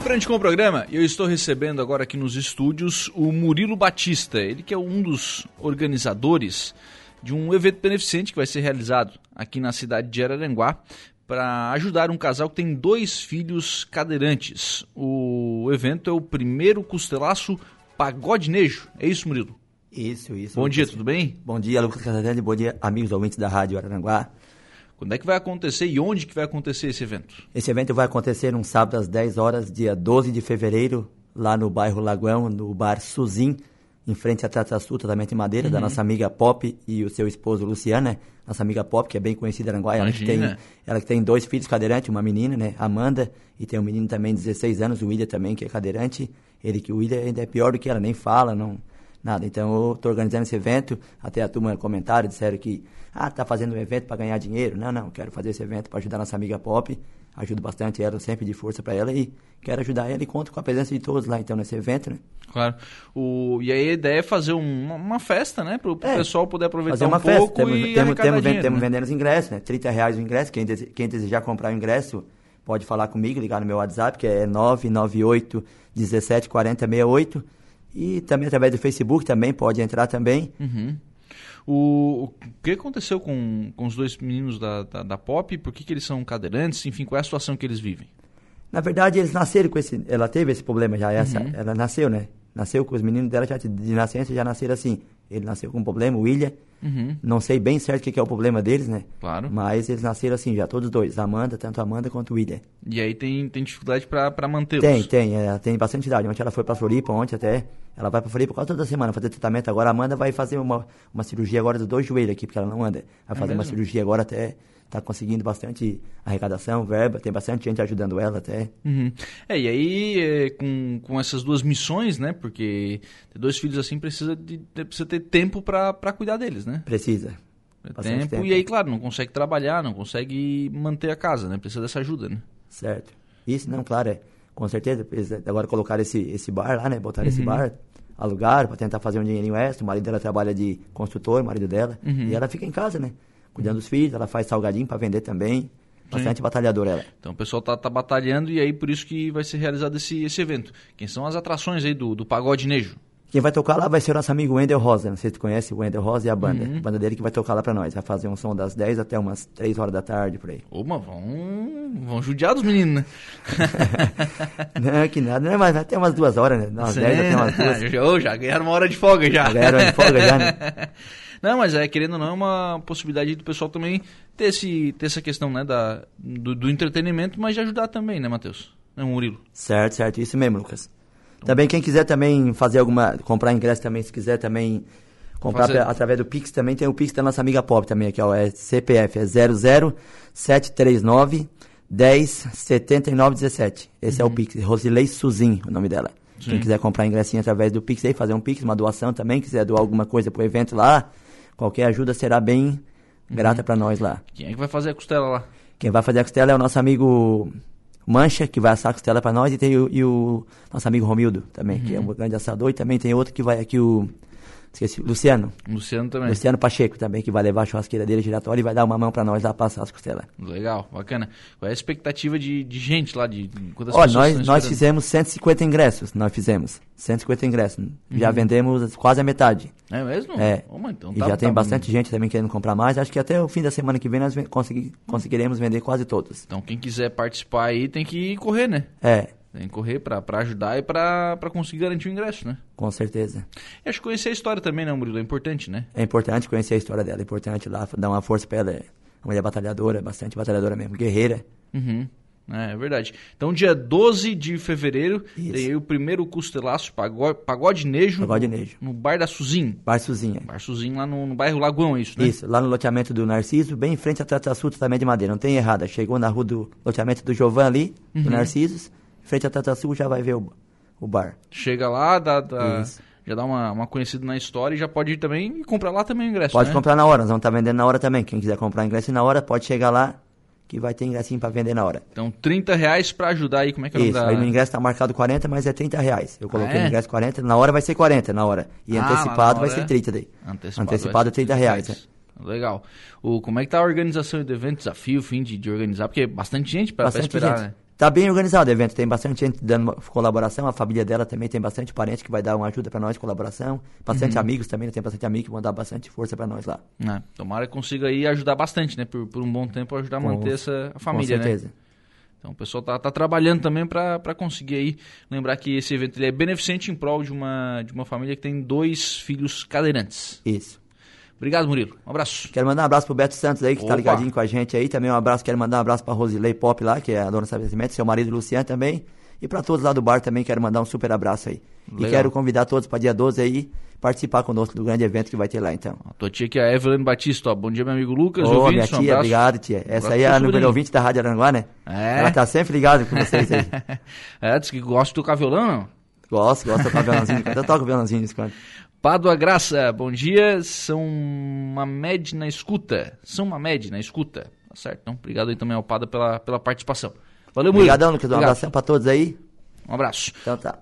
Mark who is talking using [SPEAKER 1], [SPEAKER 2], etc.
[SPEAKER 1] Frente com o programa, eu estou recebendo agora aqui nos estúdios o Murilo Batista, ele que é um dos organizadores de um evento beneficente que vai ser realizado aqui na cidade de Araranguá para ajudar um casal que tem dois filhos cadeirantes. O evento é o primeiro costelaço pagodenejo. É isso, Murilo?
[SPEAKER 2] Isso, isso.
[SPEAKER 1] Bom
[SPEAKER 2] Lucas.
[SPEAKER 1] dia, tudo bem?
[SPEAKER 2] Bom dia, Lucas Casadelli. Bom dia, amigos ouvintes da Rádio Araranguá.
[SPEAKER 1] Quando é que vai acontecer e onde que vai acontecer esse evento?
[SPEAKER 2] Esse evento vai acontecer num sábado às 10 horas, dia 12 de fevereiro, lá no bairro Lagoão, no bar Suzin, em frente à Trataçu, totalmente em madeira,
[SPEAKER 1] Uhum.
[SPEAKER 2] da nossa amiga Pop e o seu esposo Luciana, nossa amiga Pop, que é bem conhecida em Aranguá. Ela que, tem,
[SPEAKER 1] Imagina.
[SPEAKER 2] ela que tem dois filhos cadeirantes, uma menina, né, Amanda, e tem um menino também de 16 anos, o William também, que é cadeirante. Ele que o William ainda é pior do que ela, nem fala, não nada. Então eu tô organizando esse evento, até a turma comentário disseram que ah, tá fazendo um evento para ganhar dinheiro. Não, não, quero fazer esse evento para ajudar nossa amiga Pop. Ajudo bastante ela, sempre de força para ela e quero ajudar ela e conto com a presença de todos lá então nesse evento, né?
[SPEAKER 1] Claro. O, e aí a ideia é fazer um- uma, uma festa, né? Para o
[SPEAKER 2] É,
[SPEAKER 1] pessoal poder aproveitar
[SPEAKER 2] fazer uma
[SPEAKER 1] um
[SPEAKER 2] festa.
[SPEAKER 1] pouco
[SPEAKER 2] Temos,
[SPEAKER 1] e
[SPEAKER 2] temos,
[SPEAKER 1] arrecadar
[SPEAKER 2] temos,
[SPEAKER 1] dinheiro,
[SPEAKER 2] temos
[SPEAKER 1] né?
[SPEAKER 2] vendendo os ingressos, né? 30 reais o ingresso. Quem, dese- quem desejar comprar o ingresso pode falar comigo, ligar no meu WhatsApp, que é 998 17 40 68. E também através do Facebook também, pode entrar também.
[SPEAKER 1] Uhum. O, o que aconteceu com, com os dois meninos da, da, da Pop? Por que, que eles são cadeirantes? Enfim, qual é a situação que eles vivem?
[SPEAKER 2] Na verdade, eles nasceram com esse. Ela teve esse problema já, essa.
[SPEAKER 1] Uhum.
[SPEAKER 2] Ela nasceu, né? Nasceu com os meninos dela já de de nascença, já nasceram assim. Ele nasceu com um problema, o William. Não sei bem certo o que que é o problema deles, né?
[SPEAKER 1] Uhum. Claro.
[SPEAKER 2] Mas eles nasceram assim já, todos dois. Amanda, tanto a Amanda quanto o William.
[SPEAKER 1] E aí tem, tem dificuldade para mantê-los.
[SPEAKER 2] Tem, tem, ela tem bastante idade. Ontem ela foi pra Floripa, ontem até. Ela vai pra Floripa quase toda semana fazer tratamento. Agora a Amanda vai fazer uma, uma cirurgia agora dos dois joelhos aqui, porque ela não anda. Vai fazer uma
[SPEAKER 1] É mesmo?
[SPEAKER 2] cirurgia agora até. Tá conseguindo bastante arrecadação, verba, tem bastante gente ajudando ela até.
[SPEAKER 1] Uhum. É, e aí, é, com, com essas duas missões, né? Porque ter dois filhos assim precisa, de, ter- precisa ter tempo para cuidar deles, né?
[SPEAKER 2] Precisa. Bastante
[SPEAKER 1] É Tempo,
[SPEAKER 2] tempo.
[SPEAKER 1] E aí, claro, não consegue trabalhar, não consegue manter a casa, né? Precisa dessa ajuda, né?
[SPEAKER 2] Certo. Isso, não, claro, é. Com certeza. eles Agora colocaram esse, esse bar lá, né? Botaram esse bar, alugaram pra tentar fazer um dinheirinho extra. O marido dela trabalha de construtor, o marido dela. E ela fica em casa, né? Cuidando dos filhos, ela faz salgadinho pra vender também. Bastante batalhadora ela.
[SPEAKER 1] Então o pessoal tá, tá batalhando e aí por isso que vai ser realizado esse, esse evento. Quem são as atrações aí do, do pagode nejo?
[SPEAKER 2] Quem vai tocar lá vai ser o nosso amigo Wendel Rosa. Não sei se tu conhece o Wendel Rosa e a banda. A banda dele que vai tocar lá pra nós. Vai fazer um som das 10 até umas 3 horas da tarde, por aí.
[SPEAKER 1] Ô, mas vão, vão judiar dos meninos, né?
[SPEAKER 2] não, que nada. Não, mas até umas 2 horas, né? Umas 10 até umas 2.
[SPEAKER 1] já, ô, já ganharam uma hora de folga já.
[SPEAKER 2] Já ganharam uma de folga já, né?
[SPEAKER 1] Não, mas é, querendo ou não, é uma possibilidade do pessoal também ter, esse, ter essa questão, né, da, do, do entretenimento, mas de ajudar também, né, Matheus? Né, Murilo?
[SPEAKER 2] Certo, certo, isso mesmo, Lucas. Também quem quiser também fazer alguma, comprar ingresso também, se quiser também comprar
[SPEAKER 1] Fazer.
[SPEAKER 2] pe- através do Pix também, tem o Pix da nossa amiga Pop também aqui, ó, é CPF, é 00739 107917. Esse é o Pix, Rosilei Suzin, o nome dela. Quem quiser comprar ingressinho através do Pix aí, fazer um Pix, uma doação também, quiser doar alguma coisa pro evento lá, qualquer ajuda será bem grata pra nós lá.
[SPEAKER 1] Quem é que vai fazer a costela lá?
[SPEAKER 2] Quem vai fazer a costela é o nosso amigo Mancha, que vai assar a costela pra nós, e tem o, e o nosso amigo Romildo também, que
[SPEAKER 1] Uhum.
[SPEAKER 2] é um grande assador, e também tem outro que vai aqui, o. Esqueci, Luciano.
[SPEAKER 1] Luciano também.
[SPEAKER 2] Luciano Pacheco também, que vai levar a churrasqueira dele giratória e vai dar uma mão pra nós lá passar as costelas.
[SPEAKER 1] Legal, bacana. Qual é a expectativa de, de gente lá? De, de quantas
[SPEAKER 2] Olha,
[SPEAKER 1] pessoas
[SPEAKER 2] nós,
[SPEAKER 1] estão
[SPEAKER 2] nós
[SPEAKER 1] esperando?
[SPEAKER 2] fizemos 150 ingressos, nós fizemos. 150 ingressos. Já vendemos quase a metade.
[SPEAKER 1] É mesmo?
[SPEAKER 2] É.
[SPEAKER 1] Ô, mas Uhum. então
[SPEAKER 2] e
[SPEAKER 1] tá-
[SPEAKER 2] já tem
[SPEAKER 1] tá-
[SPEAKER 2] bastante gente também querendo comprar mais. Acho que até o fim da semana que vem nós ven- consegui- conseguiremos vender quase todos.
[SPEAKER 1] Então quem quiser participar aí tem que correr, né?
[SPEAKER 2] É,
[SPEAKER 1] Tem que correr pra, pra ajudar e pra, pra conseguir garantir o ingresso, né?
[SPEAKER 2] com certeza.
[SPEAKER 1] E acho que conhecer a história também, né, Murilo? É importante, né?
[SPEAKER 2] É importante conhecer a história dela, é importante lá dar uma força pra ela. É uma mulher batalhadora, é bastante batalhadora mesmo, guerreira.
[SPEAKER 1] Uhum. É, é verdade. Então, dia 12 de fevereiro,
[SPEAKER 2] Isso.
[SPEAKER 1] tem aí o primeiro costelaço pagode, pagode Nejo.
[SPEAKER 2] Pagode Nejo.
[SPEAKER 1] No Bar da Suzin.
[SPEAKER 2] Barçuzinha.
[SPEAKER 1] Bar Suzin lá no, no bairro Lagoão, é isso, né?
[SPEAKER 2] Isso, lá no loteamento do Narciso, bem em frente à Trataçu também de madeira, não tem errada. Chegou na rua do loteamento do Jovan ali, do Narciso, em frente à Trataçu já vai ver o, o bar.
[SPEAKER 1] Chega lá, dá, dá-
[SPEAKER 2] Isso.
[SPEAKER 1] já dá uma, uma conhecida na história e já pode ir também e comprar lá também o ingresso,
[SPEAKER 2] Pode
[SPEAKER 1] né?
[SPEAKER 2] comprar na hora, nós vamos estar vendendo na hora também. Quem quiser comprar ingresso na hora, pode chegar lá, que vai ter ingressinho pra vender na hora.
[SPEAKER 1] Então, 30 reais pra ajudar aí, como é que é o nome
[SPEAKER 2] Isso,
[SPEAKER 1] da...
[SPEAKER 2] aí no ingresso tá marcado 40, mas é 30 reais. Eu coloquei
[SPEAKER 1] Ah, é?
[SPEAKER 2] no ingresso 40, na hora vai ser 40, na hora. E
[SPEAKER 1] Ah, lá na
[SPEAKER 2] antecipado vai
[SPEAKER 1] hora é-
[SPEAKER 2] ser 30 daí.
[SPEAKER 1] Antecipado, vai
[SPEAKER 2] antecipado
[SPEAKER 1] ser
[SPEAKER 2] 30 reais. né?
[SPEAKER 1] Legal. O, como é que tá a organização do evento? Desafio, fim de, de organizar? Porque é bastante gente pra, pra
[SPEAKER 2] Bastante
[SPEAKER 1] esperar,
[SPEAKER 2] gente.
[SPEAKER 1] né?
[SPEAKER 2] Tá bem organizado o evento, tem bastante gente dando colaboração, a família dela também tem bastante parente que vai dar uma ajuda para nós, colaboração, bastante
[SPEAKER 1] Uhum.
[SPEAKER 2] amigos também, né? tem bastante amigo que vão dar bastante força para nós lá.
[SPEAKER 1] Né? Tomara que consiga aí ajudar bastante, né? Por, por um bom tempo ajudar a
[SPEAKER 2] Com-
[SPEAKER 1] manter essa a família,
[SPEAKER 2] Com
[SPEAKER 1] né?
[SPEAKER 2] certeza.
[SPEAKER 1] Então o pessoal tá, tá trabalhando também para conseguir aí lembrar que esse evento ele é beneficente em prol de uma, de uma família que tem dois filhos cadeirantes.
[SPEAKER 2] Isso.
[SPEAKER 1] Obrigado, Murilo. Um abraço.
[SPEAKER 2] Quero mandar um abraço pro Beto Santos aí, que
[SPEAKER 1] Opa.
[SPEAKER 2] tá ligadinho com a gente aí. Também um abraço, quero mandar um abraço pra Rosilei Pop lá, que é a dona do estabelecimento, seu marido Luciano também. E pra todos lá do bar também, quero mandar um super abraço aí.
[SPEAKER 1] Legal.
[SPEAKER 2] E quero convidar todos pra dia 12 aí, participar conosco do grande evento que vai ter lá, então.
[SPEAKER 1] Ó, tua tia aqui, é a Evelyn Batista. ó. Bom dia, meu amigo Lucas.
[SPEAKER 2] Ô,
[SPEAKER 1] ouvintes,
[SPEAKER 2] minha
[SPEAKER 1] um
[SPEAKER 2] tia,
[SPEAKER 1] abraço.
[SPEAKER 2] obrigado, tia.
[SPEAKER 1] Um
[SPEAKER 2] Essa
[SPEAKER 1] abraço
[SPEAKER 2] aí é
[SPEAKER 1] pro
[SPEAKER 2] a número
[SPEAKER 1] sobrinho.
[SPEAKER 2] ouvinte da Rádio Aranguá, né?
[SPEAKER 1] É.
[SPEAKER 2] Ela tá sempre ligada com vocês aí.
[SPEAKER 1] é, diz que gosta de tocar violão, não?
[SPEAKER 2] gosto, gosto de tocar violãozinho. Eu toco violãozinho nesse canto.
[SPEAKER 1] Pádua Graça, bom dia. São Mamed na escuta. São Mamed na escuta. Tá certo, então. Obrigado aí também ao Pada pela, pela participação. Valeu, Murilo.
[SPEAKER 2] Obrigadão, Lucas. Um
[SPEAKER 1] Obrigado.
[SPEAKER 2] abração pra todos aí.
[SPEAKER 1] Um abraço.
[SPEAKER 2] Então tá.